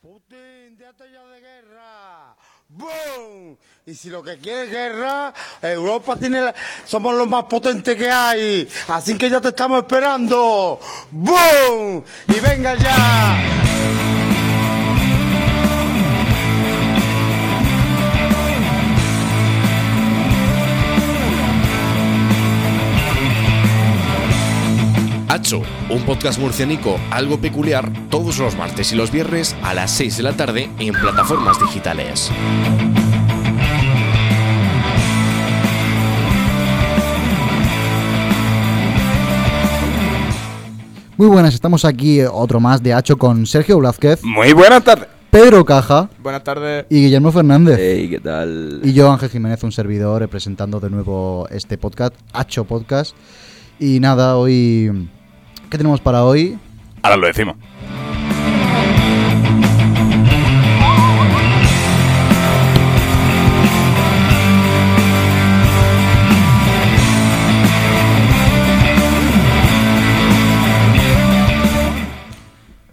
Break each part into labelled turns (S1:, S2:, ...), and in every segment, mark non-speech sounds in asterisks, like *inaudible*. S1: Putin, déjate ya de guerra. ¡Boom! Y si lo que quiere es guerra, Europa tiene la- somos los más potentes que hay. Así que ya te estamos esperando. ¡Boom! Y venga ya.
S2: Hacho, un podcast murcianico algo peculiar todos los martes y los viernes a las 6 de la tarde en plataformas digitales.
S3: Muy buenas, estamos aquí eh, otro más de Hacho con Sergio Blázquez,
S4: Muy buenas tardes.
S3: Pedro Caja
S4: Buenas tardes.
S3: y Guillermo Fernández.
S5: Ey, ¿qué tal?
S3: Y yo, Ángel Jiménez, un servidor, representando de nuevo este podcast, Hacho Podcast. Y nada, hoy. ¿Qué tenemos para hoy?
S4: Ahora lo decimos.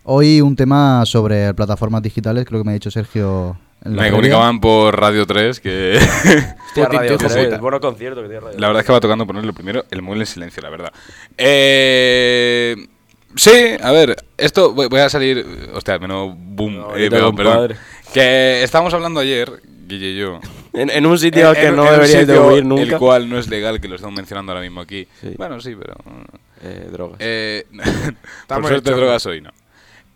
S3: Hoy un tema sobre plataformas digitales, creo que me ha dicho Sergio. en la
S4: Me
S3: previa.
S4: comunicaban por Radio 3 *laughs* que.
S5: Hostia, Radio
S4: Putin,
S5: 3,
S4: puta.
S5: bueno concierto que tiene Radio
S4: la verdad es que va tocando ponerlo primero el móvil en silencio, la verdad. Eh, Sí, a ver, esto voy voy a salir. Hostia, menos boom.
S5: No,
S4: eh,
S5: ahorita,
S4: perdón, perdón.
S5: compadre.
S4: Que estábamos hablando ayer, Guille y yo.
S5: En, en un sitio
S4: En-
S5: que
S4: en-
S5: no
S4: en un
S5: debería
S4: sitio
S5: de huir nunca.
S4: El cual no es legal, que lo estamos mencionando ahora mismo aquí.
S5: Sí.
S4: Bueno, sí, pero.
S5: Eh, drogas.
S4: Eh, *laughs* por
S6: Estamos
S4: suerte
S6: hechos.
S4: drogas hoy no.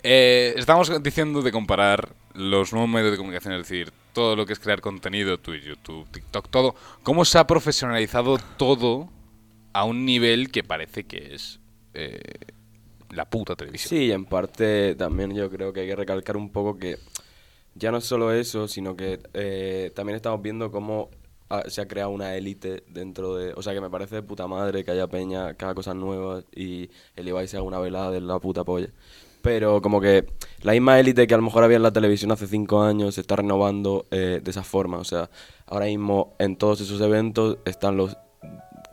S4: Eh, estamos diciendo de comparar los nuevos medios de comunicación, es decir, todo lo que es crear contenido, Twitch, YouTube, TikTok, todo, cómo se ha profesionalizado todo a un nivel que parece que es eh, la puta televisión.
S5: Sí, y en parte también yo creo que hay que recalcar un poco que ya no es solo eso, sino que eh, también estamos viendo cómo ah, se ha creado una élite dentro de... O sea, que me parece de puta madre que haya peña, que haga cosas nuevas y el Ibai sea una velada de la puta polla. Pero como que la misma élite que a lo mejor había en la televisión hace cinco años se está renovando eh, de esa forma. O sea, ahora mismo en todos esos eventos están los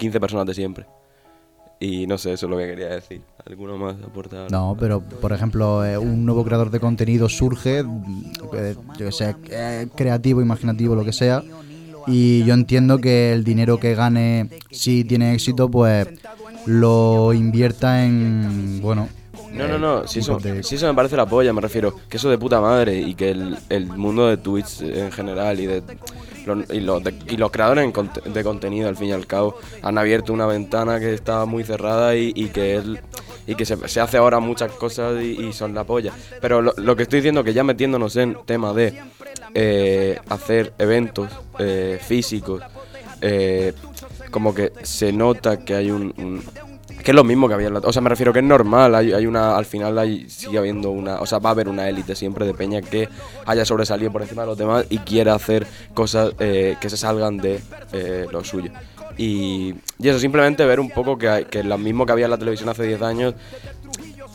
S5: 15 personas de siempre. Y no sé, eso es lo que quería decir. ¿Alguno más aportar?
S3: No, pero por ejemplo, eh, un nuevo creador de contenido surge, mm, eh, yo que sé, eh, creativo, imaginativo, lo que sea. Y yo entiendo que el dinero que gane, si tiene éxito, pues lo invierta en. Bueno.
S5: No,
S3: eh,
S5: no, no, si eso,
S3: tipos de-
S5: si eso me parece la polla, me refiero. Que eso de puta madre y que el, el mundo de Twitch en general y de, lo- y, lo- de- y los creadores en conte- de contenido, al fin y al cabo, han abierto una ventana que estaba muy cerrada y, y que él y que se, se hace ahora muchas cosas y, y son la polla. Pero lo, lo que estoy diciendo que ya metiéndonos en tema de eh, hacer eventos eh, físicos, eh, como que se nota que hay un- un, que es lo mismo que había en la... O sea, me refiero que es normal, hay, hay una... Al final hay, sigue habiendo una... O sea, va a haber una élite siempre de peña que haya sobresalido por encima de los demás y quiera hacer cosas eh, que se salgan de eh, lo suyo. Y, y eso, simplemente ver un poco que, hay- que lo mismo que había en la televisión hace 10 años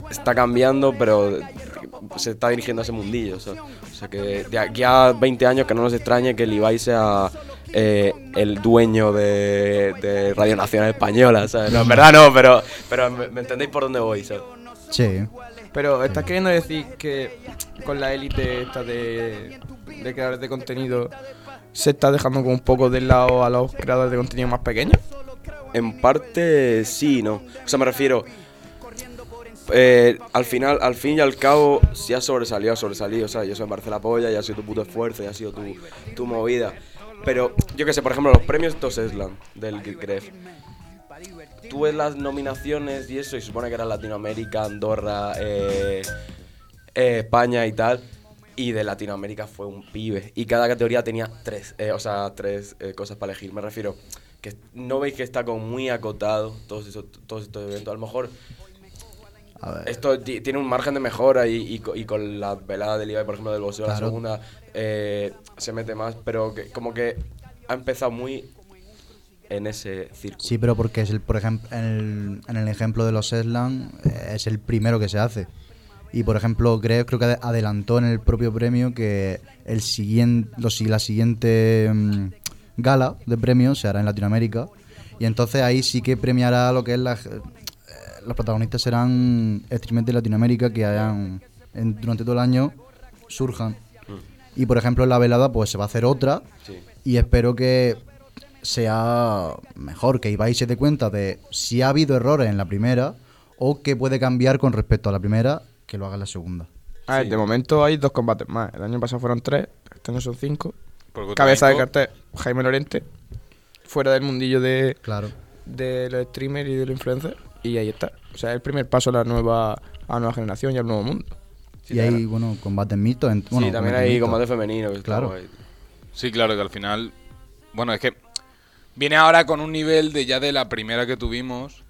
S5: está cambiando, pero se está dirigiendo a ese mundillo. ¿sabes? O sea, que de aquí a 20 años que no nos extrañe que el Ibai sea eh, el dueño de, de Radio Nacional Española, ¿sabes? No, en verdad no, pero, pero me, me entendéis por dónde voy, ¿sabes?
S3: Sí.
S6: Pero estás queriendo decir que con la élite esta de, de creadores de contenido se está dejando como un poco de lado a los creadores de contenido más pequeños.
S5: En parte sí, no. O sea, me refiero. eh, al final, al fin y al cabo, si has sobresalido, has sobresalido. O sea, yo soy Barcelona Polla, ya ha sido tu puto esfuerzo, ya ha sido tu, tu movida. Pero yo que sé, por ejemplo, los premios Dos Eslan del Gref. Tú ves las nominaciones y eso, y supone que era Latinoamérica, Andorra, eh, eh, España y tal. Y de Latinoamérica fue un pibe. Y cada categoría tenía tres, eh, o sea, tres eh, cosas para elegir. Me refiero, que no veis que está como muy acotado todos esos, todos estos eventos. A lo mejor
S3: A ver.
S5: esto ti- tiene un margen de mejora y, y co- y con la velada del IBA, por ejemplo, del boxeo, la
S3: Claro.
S5: segunda eh, se mete más, pero que- como que ha empezado muy en ese círculo.
S3: Sí, pero porque es el, por ejemplo, en el, en el ejemplo de los Eslan eh, es el primero que se hace. Y por ejemplo, Gref creo que ade- adelantó en el propio premio que el siguiente, los, si- la siguiente mm, gala de premios se hará en Latinoamérica. Y entonces ahí sí que premiará lo que es la, g- eh, los protagonistas serán streamers de Latinoamérica que hayan en- durante todo el año surjan. Y por ejemplo, en la velada, pues se va a hacer otra. Y espero que sea mejor, que Ibai se dé cuenta de si ha habido errores en la primera o que puede cambiar con respecto a la primera, que lo haga en la segunda.
S6: A ver, de momento hay dos combates más. El año pasado fueron tres, este año son cinco.
S4: Porque
S6: Cabeza de
S4: Utanico-
S6: cartel, Jaime Lorente. Fuera del mundillo de,
S3: Claro.
S6: de los streamers y de los influencers. Y ahí está. O sea, el primer paso a la nueva, a la nueva generación y al nuevo mundo.
S3: y hay, bueno, combates mixtos. en- bueno,
S5: sí, también hay
S3: mixtos.
S5: combate femenino. que está
S3: Claro.
S5: guay.
S4: Sí, claro, que al final. Bueno, es que viene ahora con un nivel de ya de la primera que tuvimos,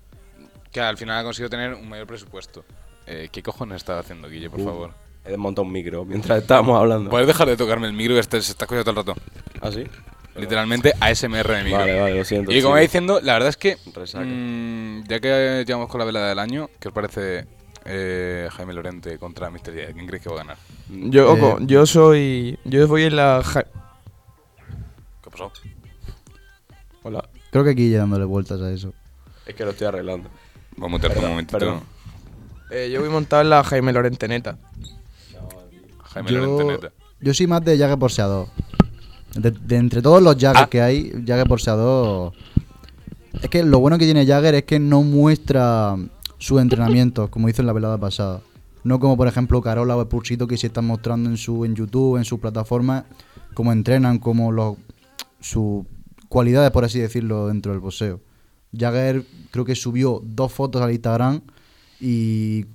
S4: que al final ha conseguido tener un mayor presupuesto. Eh, ¿Qué cojones estaba haciendo, Guille, por
S5: Uh.
S4: favor?
S5: He desmontado un micro mientras estábamos hablando.
S4: ¿Puedes dejar de tocarme el micro que este- se está escuchando todo el rato?
S5: ¿Ah, sí?
S4: Literalmente ASMR de micro.
S5: Vale, vale, lo siento.
S4: Y como
S5: sí.
S4: iba diciendo, la verdad es que.
S5: Resaca.
S4: mm, ya que llevamos con la velada del año, ¿qué os parece eh, Jaime Lorente contra Mr. J? ¿Quién creéis que va a ganar?
S6: Yo, ojo,
S3: Eh,
S6: yo soy. Yo voy en la. ja-
S4: ¿Qué pasó?
S5: Hola.
S3: Creo que aquí ya dándole vueltas a eso.
S5: Es que lo estoy arreglando.
S4: Vamos a meter un
S5: Perdón,
S4: momentito.
S5: perdón.
S6: eh, yo voy montado en la Jaime Lorente neta.
S4: Jaime Lorente,
S3: Yo,
S4: neta.
S3: yo soy más de Jagger Porseador. De, de entre todos los
S4: Ah.
S3: Jagger que hay, Jagger Porseador. Es que lo bueno que tiene Jagger es que no muestra sus entrenamientos, como hizo en la velada pasada. No como, por ejemplo, Carola o Expulsito que se están mostrando en su en YouTube, en sus plataformas, cómo entrenan, como los sus cualidades, por así decirlo, dentro del boxeo. Jagger creo que subió dos fotos al Instagram y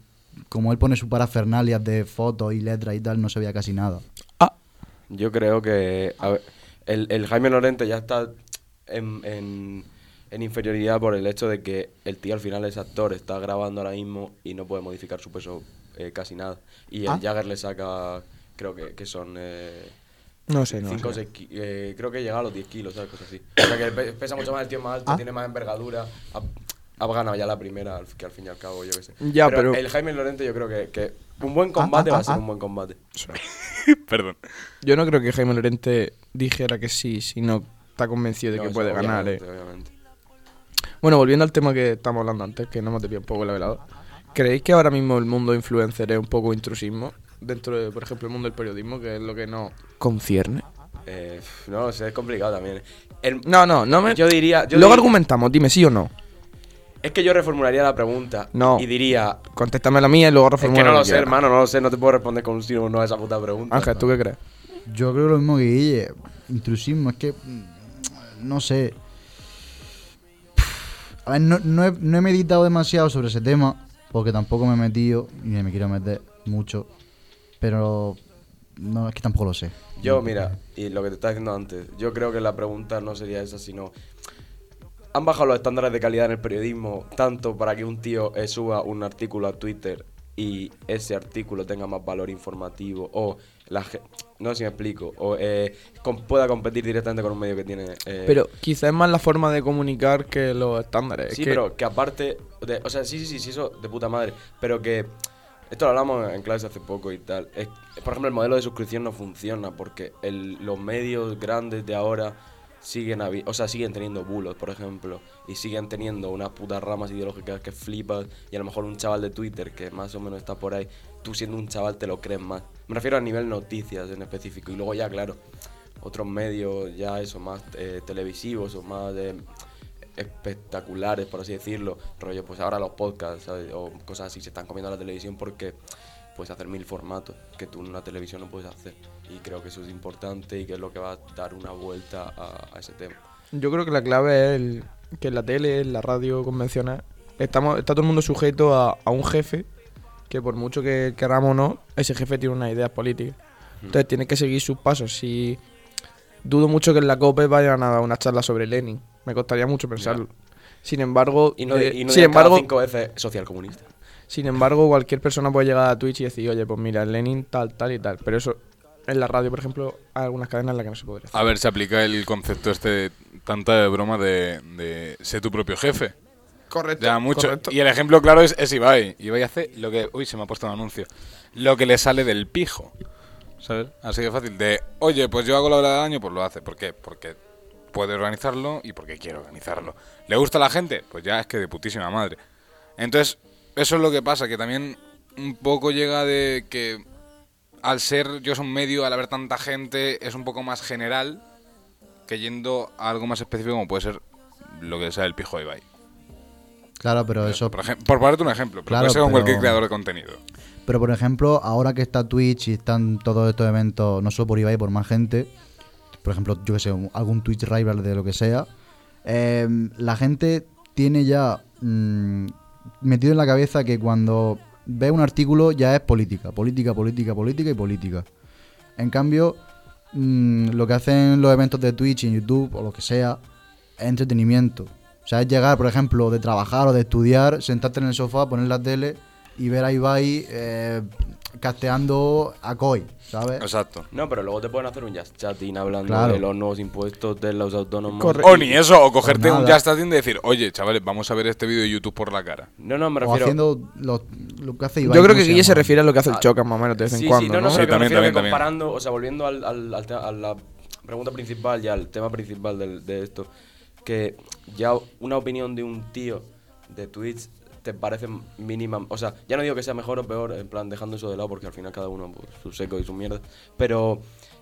S3: como él pone su parafernalia de fotos y letras y tal, no se veía casi nada.
S5: Yo creo que a ver, el, el Jaime Lorente ya está en, en- en inferioridad por el hecho de que el tío al final es actor, está grabando ahora mismo y no puede modificar su peso eh, casi nada. Y
S3: Ah.
S5: el Jagger le saca, creo que, que son... Eh,
S6: No sé, no.
S5: cinco o
S6: sé.
S5: seis ki- eh, creo que llega a los 10 kilos, ¿sabes? Cosas así. O sea, que pe- pesa mucho más, el tío es más
S6: Ah.
S5: alto, tiene más envergadura. Ha, ha ganado ya la primera, al- que al fin y al cabo, yo qué sé.
S6: Ya, pero- Ah,
S5: El Jaime Lorente, yo creo que, que un buen combate va a ser un buen combate.
S4: Perdón.
S6: Yo no creo que Jaime Lorente dijera que sí, si no está convencido de
S5: No,
S6: que
S5: eso
S6: puede ganar.
S5: obviamente,
S6: eh.
S5: obviamente.
S6: Bueno, volviendo al tema que estamos hablando antes, que no hemos desviado un poco la velada. ¿Creéis que ahora mismo el mundo influencer es un poco intrusismo? Dentro de, por ejemplo, el mundo del periodismo, que es lo que no concierne.
S5: Eh, pf, no lo sé, es complicado también. eh. El-
S6: No, no, no me.
S5: Yo diría. yo
S6: Luego
S5: diría-
S6: argumentamos, dime sí o no.
S5: Es que yo reformularía la pregunta.
S6: No.
S5: Y diría.
S6: Contéstame la mía y luego
S5: Es
S6: reformula
S5: que no
S6: la
S5: lo sé,
S6: quieras.
S5: hermano, no lo sé, no te puedo responder con un sí o un no a esa puta pregunta.
S6: Ángel, ¿tú qué crees?
S5: Eh.
S3: Yo creo lo mismo que Guille. Intrusismo, es que. mm, No sé. A ver, no, no he, no he meditado demasiado sobre ese tema, porque tampoco me he metido y ni me quiero meter mucho. Pero. No, es que tampoco lo sé.
S5: Yo, mira, y lo que te estaba diciendo antes, yo creo que la pregunta no sería esa, sino. Han bajado los estándares de calidad en el periodismo tanto para que un tío eh, suba un artículo a Twitter y ese artículo tenga más valor informativo o la ge- no sé si me explico o eh, com- pueda competir directamente con un medio que tiene eh,
S6: Pero quizás es más la forma de comunicar que los estándares.
S5: Sí,
S6: es que-
S5: pero que aparte. de- o sea, sí, sí, sí, sí, eso de puta madre. Pero que. Esto lo hablamos en clase hace poco y tal. Es- por ejemplo, el modelo de suscripción no funciona porque el- los medios grandes de ahora siguen habi- o sea, siguen teniendo bulos, por ejemplo, y siguen teniendo unas putas ramas ideológicas que flipas y a lo mejor un chaval de Twitter que más o menos está por ahí, tú siendo un chaval te lo crees más. Me refiero a nivel noticias en específico y luego ya, claro, otros medios ya eso más eh, televisivos o más de espectaculares, por así decirlo. Rollo, pues ahora los podcasts ¿sabes? o cosas así se están comiendo la televisión porque puedes hacer mil formatos que tú en una televisión no puedes hacer. Y creo que eso es importante y que es lo que va a dar una vuelta a, a ese tema.
S6: Yo creo que la clave es el- que en la tele, en la radio convencional, estamos, está todo el mundo sujeto a, a un jefe que por mucho que queramos o no, ese jefe tiene unas ideas políticas. Entonces tienes que seguir sus pasos. Si dudo mucho que en la COPE vayan a dar una charla sobre Lenin. Me costaría mucho pensarlo. Sin embargo,
S5: Y no,
S6: eh,
S5: di- y no
S6: sin
S5: digas cada
S6: embargo,
S5: cinco veces social comunista.
S6: sin embargo, cualquier persona puede llegar a Twitch y decir, oye, pues mira, Lenin tal, tal y tal. Pero eso en la radio, por ejemplo, hay algunas cadenas en las que no se podría hacer.
S5: Ah,
S4: A ver, se aplica el concepto este de tanta de broma de, de sé tu propio jefe.
S6: Correcto.
S4: Ya mucho. Y el ejemplo claro es, es Ibai. Ibai hace lo que. Uy, se me ha puesto un anuncio. Lo que le sale del pijo. ¿Sabes? Así de fácil. De, oye, pues yo hago la hora del año, pues lo hace. ¿Por qué? Porque puede organizarlo y porque quiere organizarlo. ¿Le gusta a la gente? Pues ya es que de putísima madre. Entonces, eso es lo que pasa, que también un poco llega de que al ser yo soy un medio, al haber tanta gente, es un poco más general que yendo a algo más específico como puede ser lo que sea el pijo de Ibai.
S3: Claro, pero eso.
S4: Por, ejem- por ponerte un ejemplo, pero
S3: Claro,
S4: puede ser con
S3: pero-
S4: cualquier creador de contenido.
S3: Pero por ejemplo, ahora que está Twitch y están todos estos eventos, no solo por Ibai, por más gente, por ejemplo, yo que sé, un- algún Twitch rival de lo que sea, eh, la gente tiene ya mm, metido en la cabeza que cuando ve un artículo ya es política, política, política, política y política. En cambio, mm, lo que hacen los eventos de Twitch y en YouTube o lo que sea, es entretenimiento. O sea, es llegar, por ejemplo, de trabajar o de estudiar, sentarte en el sofá, poner la tele y ver a Ibai eh, casteando a Koi, ¿sabes?
S4: Exacto.
S5: No, pero luego te pueden hacer un jazz chatín hablando
S3: Claro.
S5: de los nuevos impuestos de los autónomos.
S6: Correcto.
S4: O Oh, ni eso, o cogerte un
S3: Pues nada.
S4: Just Chatting de decir, oye, chavales, vamos a ver este vídeo de YouTube por la cara.
S5: No, no, me
S3: o
S5: refiero.
S3: haciendo lo, lo que hace Ibai.
S6: Yo creo
S3: ¿cómo
S6: que Guille se
S3: llama?
S6: refiere a lo que hace el Chocan más o menos de vez en
S5: Ah. Sí,
S6: cuando.
S5: sí, no, no,
S4: Sí,
S5: pero que me
S4: también,
S5: refiero que
S4: también, también.
S5: comparando, o sea, volviendo al, al- al te- a la pregunta principal y al tema principal del- de, esto, que ya una opinión de un tío de Twitch te parece mínima, o sea, ya no digo que sea mejor o peor, en plan, dejando eso de lado, porque al final cada uno pues, su seco y su mierda, pero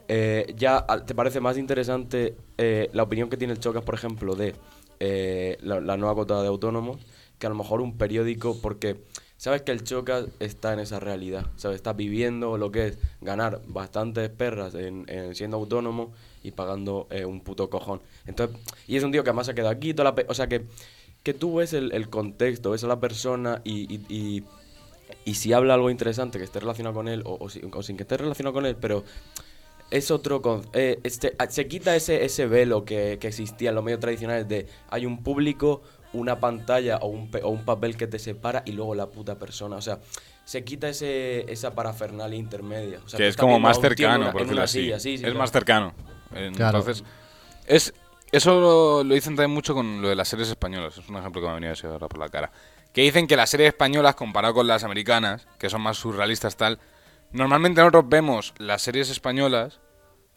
S5: eh, ya al- te parece más interesante eh, la opinión que tiene el Chocas, por ejemplo, de eh, la, la nueva cuota de autónomos, que a lo mejor un periódico, porque sabes que el Chocas está en esa realidad, sabes, está viviendo lo que es ganar bastantes perras en, en siendo autónomo y pagando eh, un puto cojón. Entonces, y es un tío que además se queda aquí, toda la pe- o sea que, que tú ves el, el contexto, ves a la persona y- y- y y si habla algo interesante que esté relacionado con él, o, o si- o sin que esté relacionado con él, pero es otro. con- eh, este, a- se quita ese, ese velo que, que existía en los medios tradicionales de hay un público, una pantalla o un, pe- o un papel que te separa y luego la puta persona. O sea, se quita ese, esa parafernalia intermedia. O sea,
S4: que
S5: tú
S4: es
S5: estás
S4: como
S5: viendo a
S4: más
S5: un tío en
S4: cercano,
S5: una-
S4: por
S5: en
S4: decirlo
S5: una
S4: así.
S5: silla, sí, sí,
S4: es
S5: claro.
S4: más cercano.
S3: Claro.
S4: Entonces, es, eso lo, lo dicen también mucho con lo de las series españolas. Es un ejemplo que me ha venido así ahora por la cara. Que dicen que las series españolas, comparado con las americanas, que son más surrealistas, tal. Normalmente nosotros vemos las series españolas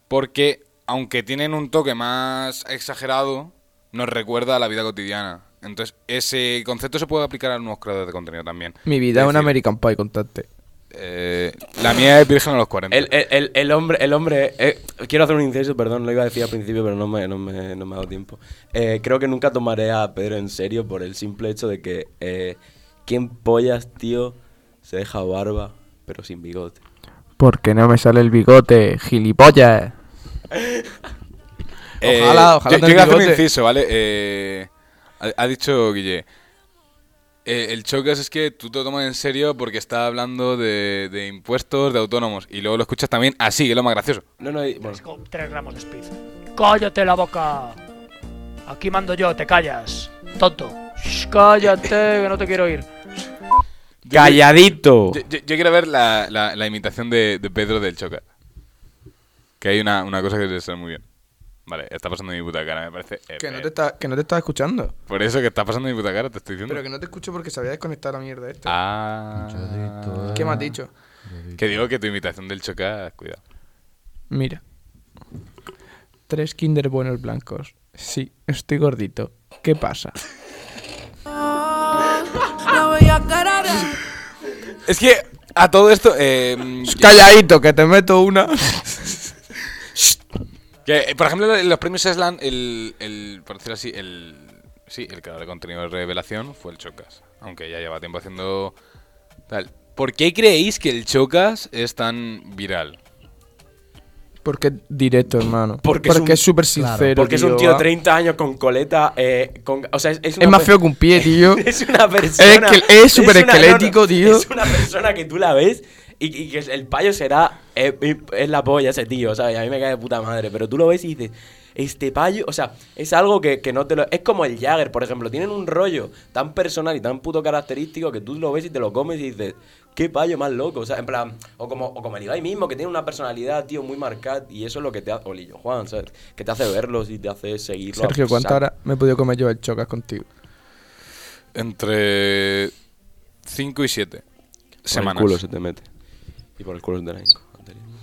S4: porque, aunque tienen un toque más exagerado, nos recuerda a la vida cotidiana. Entonces, ese concepto se puede aplicar a nuevos creadores de contenido también.
S6: Mi vida
S4: Es
S6: es un
S4: decir,
S6: American Pie, contate.
S4: eh, la mía es virgen a los 40.
S5: El, el- el- el hombre, el hombre eh, quiero hacer un inciso, perdón, lo iba a decir al principio, pero no me, no me, no me ha dado tiempo. Eh, creo que nunca tomaré a Pedro en serio por el simple hecho de que eh, ¿quién pollas, tío, se deja barba pero sin bigote?
S6: Porque no me sale el bigote, gilipollas.
S4: Eh,
S6: Ojalá, ojalá
S4: Yo, yo
S6: tener
S4: quiero hacer un
S6: bigote.
S4: inciso, ¿vale? Eh, ha, ha dicho Guille. eh, el chocas es que tú te lo tomas en serio porque está hablando de, de impuestos, de autónomos. Y luego lo escuchas también así, que es lo más gracioso.
S5: No, no, y- bueno,
S7: Tres, co- tres gramos de speed. ¡Cállate la boca! Aquí mando yo, te callas. Tonto. Shh, cállate, que no te quiero ir.
S5: ¡Calladito!
S4: Yo, yo- yo quiero ver la, la- la imitación de, de Pedro del Chocas. Que hay una, una cosa que debe ser muy bien. Vale, está pasando en mi puta cara, me parece. eh,
S6: Que no,
S4: eh,
S6: te está, que no te estaba escuchando.
S4: Por eso que está pasando en mi puta cara, te estoy diciendo.
S6: Pero que no te escucho porque se había desconectado la mierda esta.
S4: Ah.
S6: ¿Qué me has dicho?
S4: Que digo que tu imitación del Chocas, cuidado.
S6: Mira. Tres Kinder Buenos blancos. Sí, estoy gordito. ¿Qué pasa?
S4: Es que a todo esto. eh,
S6: *laughs* Calladito, que te meto una.
S4: que, eh, por ejemplo, en los premios Slam, el, el. Por decirlo así, el. Sí, el creador de contenido de revelación fue el Chocas. Aunque ya lleva tiempo haciendo. Tal. ¿Por qué creéis que el Chocas es tan viral?
S6: *laughs* Porque directo, hermano.
S5: Porque es un-
S6: Porque, es súper
S3: Claro.
S6: sincero.
S5: Porque es un tío
S6: va.
S5: de 30 años con coleta, eh, con, o sea, es,
S6: Es más feo que un pie, tío.
S5: *laughs* Es una persona.
S6: Es que- es
S5: una-
S6: superesquelético,
S5: no, no,
S6: tío.
S5: Es una persona que tú la ves y, y que el payo será. eh, Es, la polla ese tío, ¿sabes? A mí me cae de puta madre. Pero tú lo ves y dices. Este payo, o sea, es algo que, que no te lo. Es como el Jagger, por ejemplo. Tienen un rollo tan personal y tan puto característico que tú lo ves y te lo comes y dices, qué payo más loco. O sea, en plan, o como, o como el Ibai mismo, que tiene una personalidad, tío, muy marcada. Y eso es lo que te hace. O Lillo Juan, ¿sabes? Que te hace verlos y te hace seguirlos.
S6: Sergio, ¿cuántas horas me he podido comer yo el chocas contigo?
S4: Entre. 5 y 7
S5: Por el
S4: semanas.
S5: culo se te mete. Y por el culo se te la hinco, anteriormente.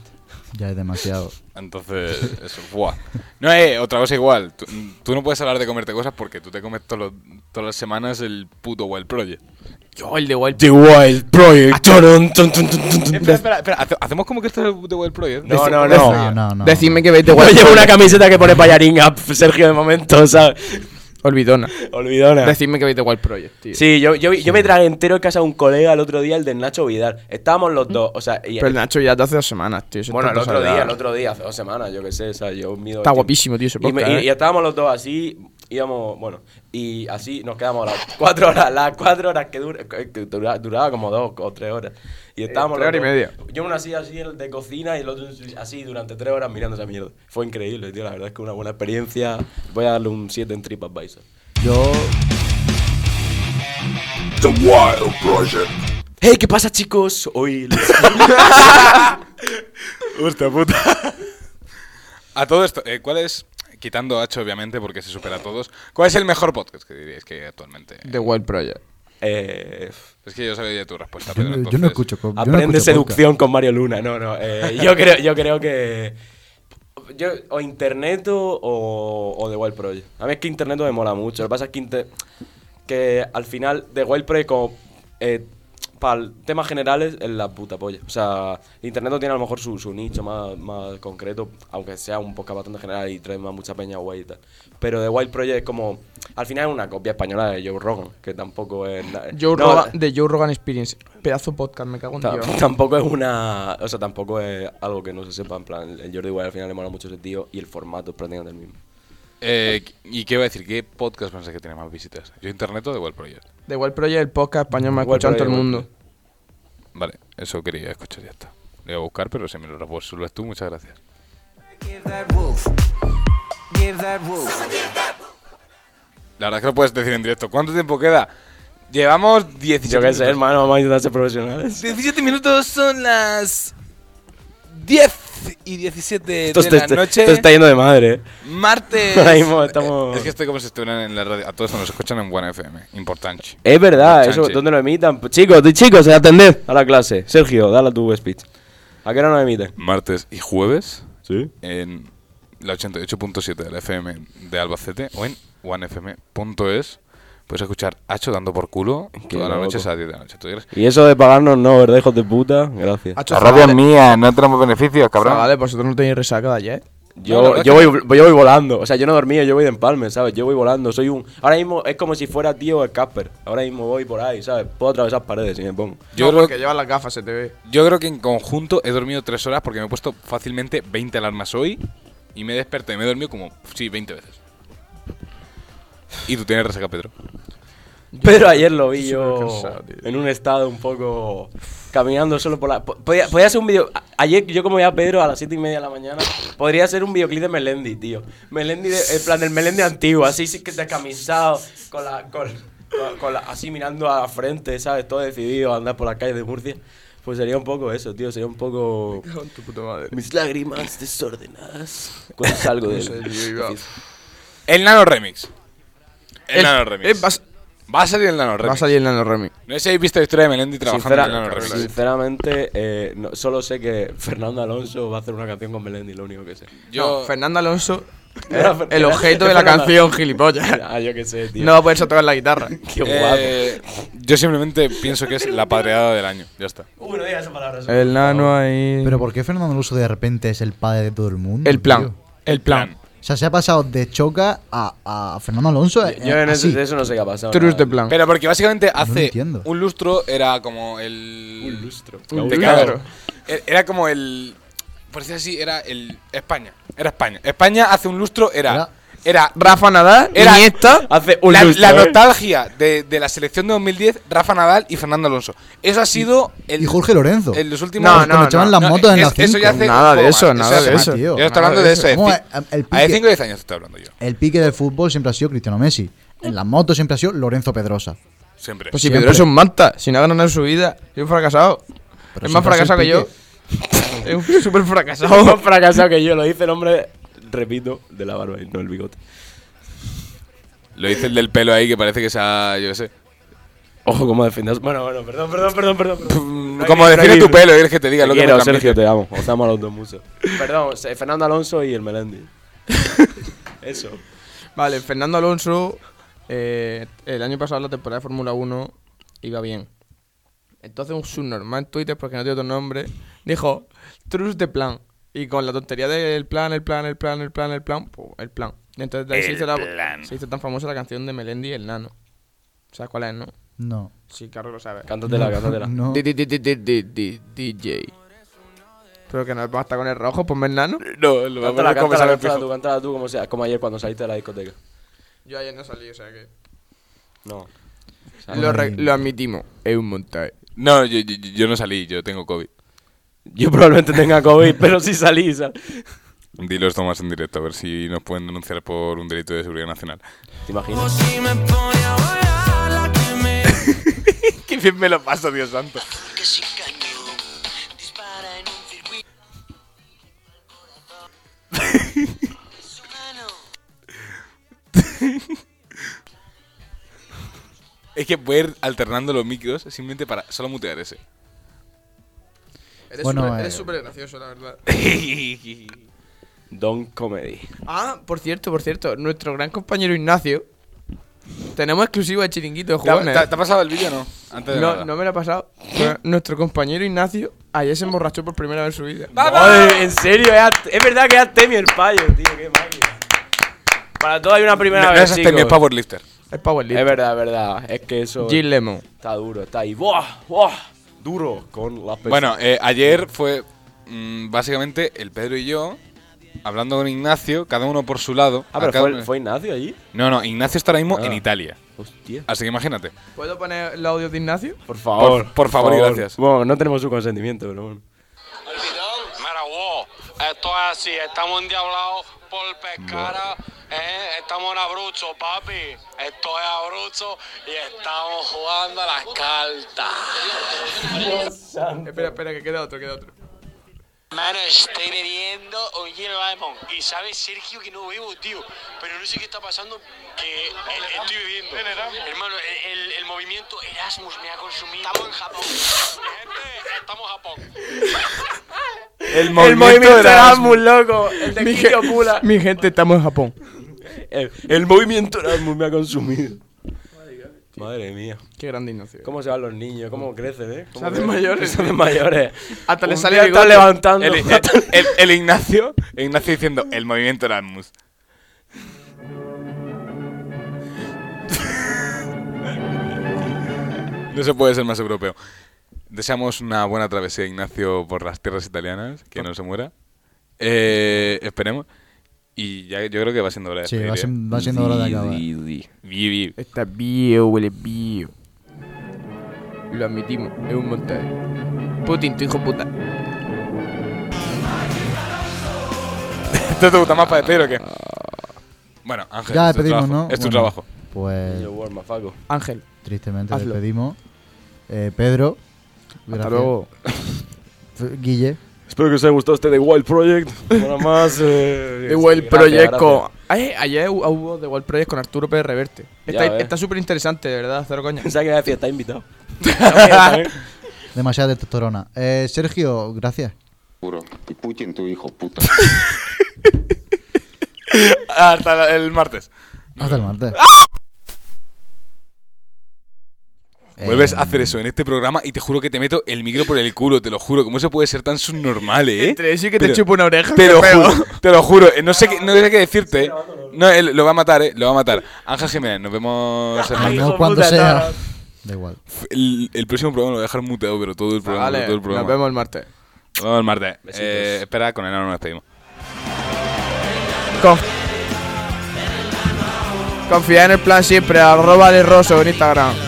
S3: Ya es demasiado.
S4: Entonces, *laughs* eso, buah. No, eh, otra cosa igual. Tú, tú no puedes hablar de comerte cosas porque tú te comes todos los- todas las semanas el puto Wild Project.
S6: Yo, el de Wild
S2: The Wild Project. Chorón, tun, tun, tun, tun, tun.
S4: Espera, espera, espera. hace- ¿Hacemos como que esto es el The Wild Project?
S5: No, no, no.
S3: No, no, no.
S6: Decidme que veis *laughs* de
S5: Yo
S6: Wild
S5: llevo una
S6: Project.
S5: camiseta que pone payaringa, Sergio, de momento, o sea,
S6: *laughs* Olvidona.
S5: olvidona.
S6: Decidme que veis de Wild Project, tío.
S5: Sí, yo, yo, yo me tragué entero en casa de un colega el otro día, el del Nacho Vidal. Estábamos los dos, o sea, y-
S6: Pero el Nacho ya te hace dos semanas, tío. eso
S5: bueno, el
S6: está
S5: otro
S6: pasado.
S5: día, el otro día, hace dos semanas, yo qué sé, o sea, yo mido.
S6: Está
S5: el tiempo.
S6: guapísimo, tío, ese
S5: Y, me-
S6: podcast,
S5: y-
S6: ¿eh?
S5: y estábamos los dos así, íbamos, bueno, y así nos quedamos las *laughs* cuatro horas, las cuatro horas que, dura, que dura- duraba como dos o tres horas. Y estábamos.
S6: Eh, tres
S5: los
S6: horas y
S5: dos- Yo uno así, así en el de cocina y el otro así durante tres horas mirando esa mierda. Fue increíble, tío, la verdad es que una buena experiencia. Voy a darle un 7 en TripAdvisor.
S3: Yo,
S5: Hey, ¿qué pasa, chicos? Hoy. les-
S4: *laughs*
S5: *laughs*
S4: Hostia puta. A todo esto, eh, ¿cuál es, quitando a H obviamente porque se supera a todos, cuál es el mejor podcast que diríais que actualmente?
S6: The Wild Project.
S5: eh,
S4: Es que yo sabía ya tu respuesta,
S3: yo,
S4: Pedro,
S3: no- yo no
S4: entonces-
S3: escucho. co- yo no
S5: Aprende
S3: escucho
S5: seducción con Mario Luna. No, no. eh, yo, creo, yo creo que. Yo, o Internet o, o The Wild Project. A mí es que Internet me mola mucho. Lo que pasa es que, Inter- que al final The Wild Project, como. eh, para temas generales, es la puta polla. O sea, Internet tiene a lo mejor su, su nicho más, más concreto, aunque sea un podcast bastante general y trae más mucha peña guay y tal. Pero The Wild Project es como. Al final es una copia española de Joe Rogan, que tampoco es. na- no,
S6: Joe Rogan, The Joe Rogan Experience. Pedazo de podcast, me cago en
S5: Ta-
S6: Dios.
S5: *laughs* tampoco es una. O sea, tampoco es algo que no se sepa. En plan, el Jordi Wild al final le mola mucho ese tío y el formato es prácticamente el mismo.
S4: Eh, ¿Y qué iba a decir? ¿Qué podcast pensás que tiene más visitas? ¿Yo internet o The Wild Project?
S6: The Wild Project, el podcast español me ha
S5: Wild
S6: escuchado en todo el
S5: Project,
S6: mundo.
S4: Vale, eso quería escuchar ya está. Lo voy a buscar, pero si me lo resuelves tú, muchas gracias. La verdad es que lo puedes decir en directo. ¿Cuánto tiempo queda? Llevamos 17
S5: Yo qué sé,
S4: minutos.
S5: hermano, vamos a intentar ser profesionales.
S4: 17 minutos son las 10 y 17
S5: Esto,
S4: de
S5: te-
S4: la
S5: te-
S4: noche.
S5: esto está yendo de madre. eh. *laughs*
S4: Martes.
S5: Ahora mismo estamos-
S4: Es que estoy como si estuvieran en la radio. A todos nos escuchan en Buena FM. Importante.
S5: Es verdad, eso,
S4: Chanchi.
S5: ¿dónde lo emitan? Pues, Chicos, di- chicos, atended a la clase. Sergio, dale tu speech. ¿A qué hora nos emiten?
S4: Martes y jueves
S5: Sí.
S4: en la 88.7 de la FM de Albacete o en onefm.es. Puedes escuchar Hacho dando por culo
S5: Qué
S4: toda la
S5: loco.
S4: noche a las 10 de la noche. ¿Tú crees?
S5: Y eso de pagarnos no, ¿verdad, hijos de puta? Gracias.
S6: Hacho, Zavale,
S4: mía, no tenemos beneficios,
S6: Zavale, vosotros no tenéis resaca de ayer.
S4: No, la
S5: Yo,
S4: verdad
S5: yo, voy, yo voy volando, o sea, yo no dormía, yo voy de empalme, ¿sabes? Yo voy volando, soy un... Ahora mismo es como si fuera tío el Casper, ahora mismo voy por ahí, ¿sabes? Puedo atravesar paredes y me pongo.
S4: Yo,
S6: No,
S4: creo,
S6: porque llevas las gafas, se te ve.
S4: yo creo que en conjunto he dormido 3 horas porque me he puesto fácilmente 20 alarmas hoy y me desperté y me he dormido como, sí, 20 veces. Y tú tienes resaca, Pedro.
S5: Pero ayer lo vi yo
S6: súper cansado, tío.
S5: en un estado un poco caminando solo por la. po- Podía, podía hacer un video. a- Ayer yo como ya Pedro a las 7 y media de la mañana, podría hacer un videoclip de Melendi, tío. Melendi, de- en plan del Melendi antiguo, así sí que descamisado, con la, con, con- con la- así mirando a la frente, ¿sabes? Todo decidido a andar por las calles de Murcia. Pues sería un poco eso, tío. Sería un poco.
S6: *laughs* Con tu puta madre.
S5: Mis lágrimas desordenadas. Cuando *laughs* salgo de.
S6: sé, tío, iba-
S4: El Nano Remix. El, Nano
S6: eh,
S4: Remix.
S6: va, a s-
S4: Va a salir el Nano
S6: va a
S4: Remix.
S6: salir el Nano Remy.
S4: No sé si habéis visto la historia de Melendi trabajando
S5: Sincera-
S4: en el Nano Remix.
S5: sinceramente, eh, no- solo sé que *laughs* Fernando Alonso va a hacer una canción con Melendi, lo único que sé.
S4: Yo,
S6: Fernando *laughs* Alonso,
S5: Era
S6: eh,
S5: Fer-
S6: el
S5: era-
S6: objeto
S5: era
S6: de la
S5: Fernando.
S6: canción, *laughs* gilipollas.
S5: *laughs* Ah, yo qué sé, tío.
S6: No va a poder tocar la guitarra.
S5: Qué guapo.
S4: eh, yo simplemente pienso que es la padreada del año. Ya está.
S5: Uy, no digas esa palabra. eso.
S6: *laughs* El nano ahí.
S3: Pero ¿por qué Fernando Alonso de repente es el padre de todo el mundo?
S6: el plan.
S3: tío?
S6: El plan.
S3: O sea, se ha pasado de Choca a, a Fernando Alonso. eh,
S5: Yo en eso,
S3: así.
S5: de eso no sé qué ha pasado.
S6: Trus
S5: nada. *laughs*
S6: de plan.
S4: Pero porque básicamente hace
S3: entiendo.
S4: un lustro era como el. Un lustro.
S6: Un
S4: Te
S6: lustro.
S4: cago. E- Era como el. Por decir así, era el. España. Era España. España hace un lustro era.
S3: Era-
S4: Era.
S6: Rafa Nadal,
S4: Era-
S6: Iniesta.
S5: Hace un
S4: La,
S5: lustro,
S4: la
S5: ¿eh?
S4: nostalgia de, de la selección de 2010, Rafa Nadal y Fernando Alonso. Eso ha sido el.
S3: Y Jorge Lorenzo.
S4: En los últimos.
S6: No, no,
S3: Cuando echaban las
S4: eh,
S3: motos en
S4: es-
S3: las
S4: Eso ya
S3: cinco.
S4: hace
S6: Nada
S4: un
S6: de
S4: poco
S6: eso,
S4: más.
S6: nada
S4: hace
S6: de
S4: más.
S6: eso.
S4: Yo
S3: Nada
S4: estoy hablando
S6: de
S4: de
S6: eso.
S4: eso. de
S3: Vamos,
S4: ci-
S3: a- a- el
S4: Hace
S3: pique-
S4: 5 o 10 años estoy hablando yo.
S3: El pique del fútbol siempre ha sido Cristiano Messi. En las motos siempre ha sido Lorenzo Pedrosa.
S4: Siempre.
S6: Pues si
S3: Siempre.
S6: Pedro es un manta, si no ha ganado en su vida, es un fracasado.
S3: Pero
S6: es más
S3: siempre ha sido
S6: fracasado que yo.
S3: Piqué.
S6: es un súper
S5: Estamos *laughs*
S6: fracasado.
S5: más fracasados que yo, lo dice el hombre, repito, de la barba y no el bigote.
S4: Lo dice el del pelo ahí que parece que se ha. Yo qué sé.
S5: Ojo, cómo defendes. Bueno, bueno, perdón, perdón, perdón, perdón. perdón. No hay
S4: Como
S5: que- no hay
S4: define tu
S5: que-
S4: pelo, quieres que te diga
S5: Te
S4: lo que
S5: quiero,
S4: me transmite.
S5: Sergio, te amo. *laughs* Os amo a los dos mucho. Perdón, eh, Fernando Alonso y el *laughs* Melendi. Eso.
S6: Vale, Fernando Alonso, eh, el año pasado la temporada de Fórmula 1 iba bien. Entonces un subnormal en Twitter, porque no tiene otro nombre, dijo, trus de plan. Y con la tontería del plan, el plan, el plan, el plan, el plan, pues, el plan. Y entonces de ahí se, hizo la- se hizo tan famosa la canción de Melendi y el nano. ¿Sabes cuál es, no?
S3: No.
S6: Sí, Carlos lo sabe.
S5: Cántatela, cántatela.
S3: No.
S6: Di- di- di- di- di- di- di- DJ. Pero que no basta con el rojo, ponme el nano.
S4: No, lo
S5: Cántala,
S4: vamos a comenzar
S5: cántala,
S4: el
S5: cántala
S4: pijo.
S5: tú, cántala tú, como, sea, como ayer cuando saliste de la discoteca.
S6: Yo ayer no salí, o sea que...
S5: No.
S6: Lo, re- lo admitimos, es un montaje.
S4: No, yo, yo- yo no salí, yo tengo COVID.
S5: Yo probablemente
S4: *laughs*
S5: tenga COVID, pero sí salí. sal-
S4: Dilo esto más en directo, a ver si nos pueden denunciar por un delito de seguridad nacional.
S5: ¿Te imaginas?
S4: Qué bien me lo paso, Dios santo. *laughs* Es que voy a ir alternando los micros simplemente para solo mutear ese.
S6: Eres
S3: Bueno,
S6: súper-
S3: eh,
S6: eres súper gracioso, la verdad.
S5: *laughs* Don Comedy.
S6: *laughs* Ah, por cierto, por cierto, nuestro gran compañero Ignacio. Tenemos exclusiva de chiringuito de
S4: ¿Te ha,
S6: jugones.
S4: te ha- te ha pasado el vídeo o no? Antes de
S6: No,
S4: nada.
S6: no me lo ha pasado. pero Nuestro compañero Ignacio ayer se emborrachó por primera vez en su vida.
S5: Madre, en serio, es, Art- es verdad que es Artemio el payo, tío, qué máquina. Para todo hay una
S4: No,
S5: primera
S4: no,
S5: vez.
S4: ese es este mi
S5: chicos.
S4: powerlifter.
S6: Es powerlifting.
S5: Es verdad, es verdad. Es que eso
S6: Gil Lemon.
S5: está duro, está ahí. ¡Buah! ¡Buah! Duro con la pesa.
S4: Bueno, eh, ayer fue mm, básicamente el Pedro y yo hablando con Ignacio, cada uno por su lado.
S5: Ah, pero
S4: A cada
S5: fue,
S4: uno-
S5: fue Ignacio allí.
S4: No, no, Ignacio está ahora mismo
S5: Ah.
S4: en Italia.
S5: Hostia.
S4: Así que imagínate.
S6: ¿Puedo poner el audio de Ignacio?
S5: Por favor.
S4: Por- por favor y gracias.
S5: Bueno, no tenemos su consentimiento, pero bueno.
S8: Mira, wow, esto es así, estamos endiablados por pescar, eh, estamos en abrucho, papi, esto es abrucho y estamos jugando a las cartas.
S6: Espera, espera, que queda otro, queda otro.
S8: Mano, estoy bebiendo un hielo limón y sabe Sergio que no bebo, tío, pero no sé qué está pasando, que eh, estoy bebiendo. Hermano, el, el- el movimiento Erasmus me ha consumido. Estamos en Japón. Gente, estamos en
S4: El
S8: Japón.
S5: Erasmus, loco. El de
S6: Mi, gen- mi gente, estamos en Japón.
S5: El, el movimiento Erasmus me ha consumido. Madre mía.
S6: Qué grande Ignacio.
S5: ¿Cómo se van los niños? ¿Cómo crecen, eh? ¿Cómo
S6: Se hacen
S5: crecen?
S6: mayores.
S5: Se hacen mayores.
S6: Hasta
S5: Un
S6: les sale
S5: día
S6: bigote.
S5: están levantando.
S4: El, el- el- el Ignacio, el Ignacio diciendo el movimiento Erasmus. No se puede ser más europeo. Deseamos una buena travesía, Ignacio, por las tierras italianas, que no se muera. Eh, esperemos. Y ya yo creo que va siendo hora de
S3: Sí, va,
S4: despedir, ¿eh?
S3: sien- va siendo hora de acabar.
S4: Vi, vi.
S6: Está bio, huele bio. Lo admitimos, es un montaje. Putin, tu hijo puta.
S4: ¿Esto te gusta más para despedir o qué? Bueno, Ángel,
S3: Ya
S4: es tu
S3: despedimos,
S4: trabajo.
S3: ¿no?
S4: Es tu
S3: Bueno,
S4: trabajo.
S3: Pues
S5: Yo, War, mafaco.
S6: Ángel,
S3: tristemente
S6: Hazlo.
S3: despedimos. Eh, Pedro.
S6: hasta
S3: gracias.
S6: luego.
S3: F- Guille.
S5: Espero que os haya gustado este The Wild Project. Nada más. Eh,
S6: The Wild
S5: gracias,
S6: Project.
S5: gracias.
S6: con- Ay, ayer hu- ah, hubo The Wild Project con Arturo Pérez Reverte.
S5: Ya
S6: Está-
S5: ves.
S6: Está súper interesante, de verdad,
S5: *laughs*
S6: cero coña.
S5: Pensaba que me decía, está invitado.
S3: Demasiada testosterona. Eh, Sergio, gracias.
S9: Y Putin, tu hijo puta.
S4: Hasta el martes.
S3: Hasta el martes. Eh,
S4: Vuelves a hacer eso en este programa y te juro que te meto el micro por el culo, te lo juro. ¿Cómo se puede ser tan subnormal, eh?
S6: Entre eso y que te
S4: Pero-
S6: chupo una oreja.
S4: Te lo
S6: qué feo.
S4: juro, te lo juro. eh, No sé qué, no sé qué decirte, eh. No, él lo va a matar, eh. Lo va a matar. Ángel Jiménez, nos vemos el,
S3: Nos
S4: martes.
S3: vemos cuando
S5: puta,
S3: sea. Da igual.
S4: El- el próximo programa lo voy a dejar muteado, pero todo el programa.
S6: Ah, Vale,
S4: todo el
S6: nos
S4: programa.
S6: vemos el martes.
S4: Nos vemos el martes.
S5: Besitos.
S4: Eh, espera, con Enano nos despedimos.
S6: Conf- Confía en el plan siempre, arroba de Rosso en Instagram.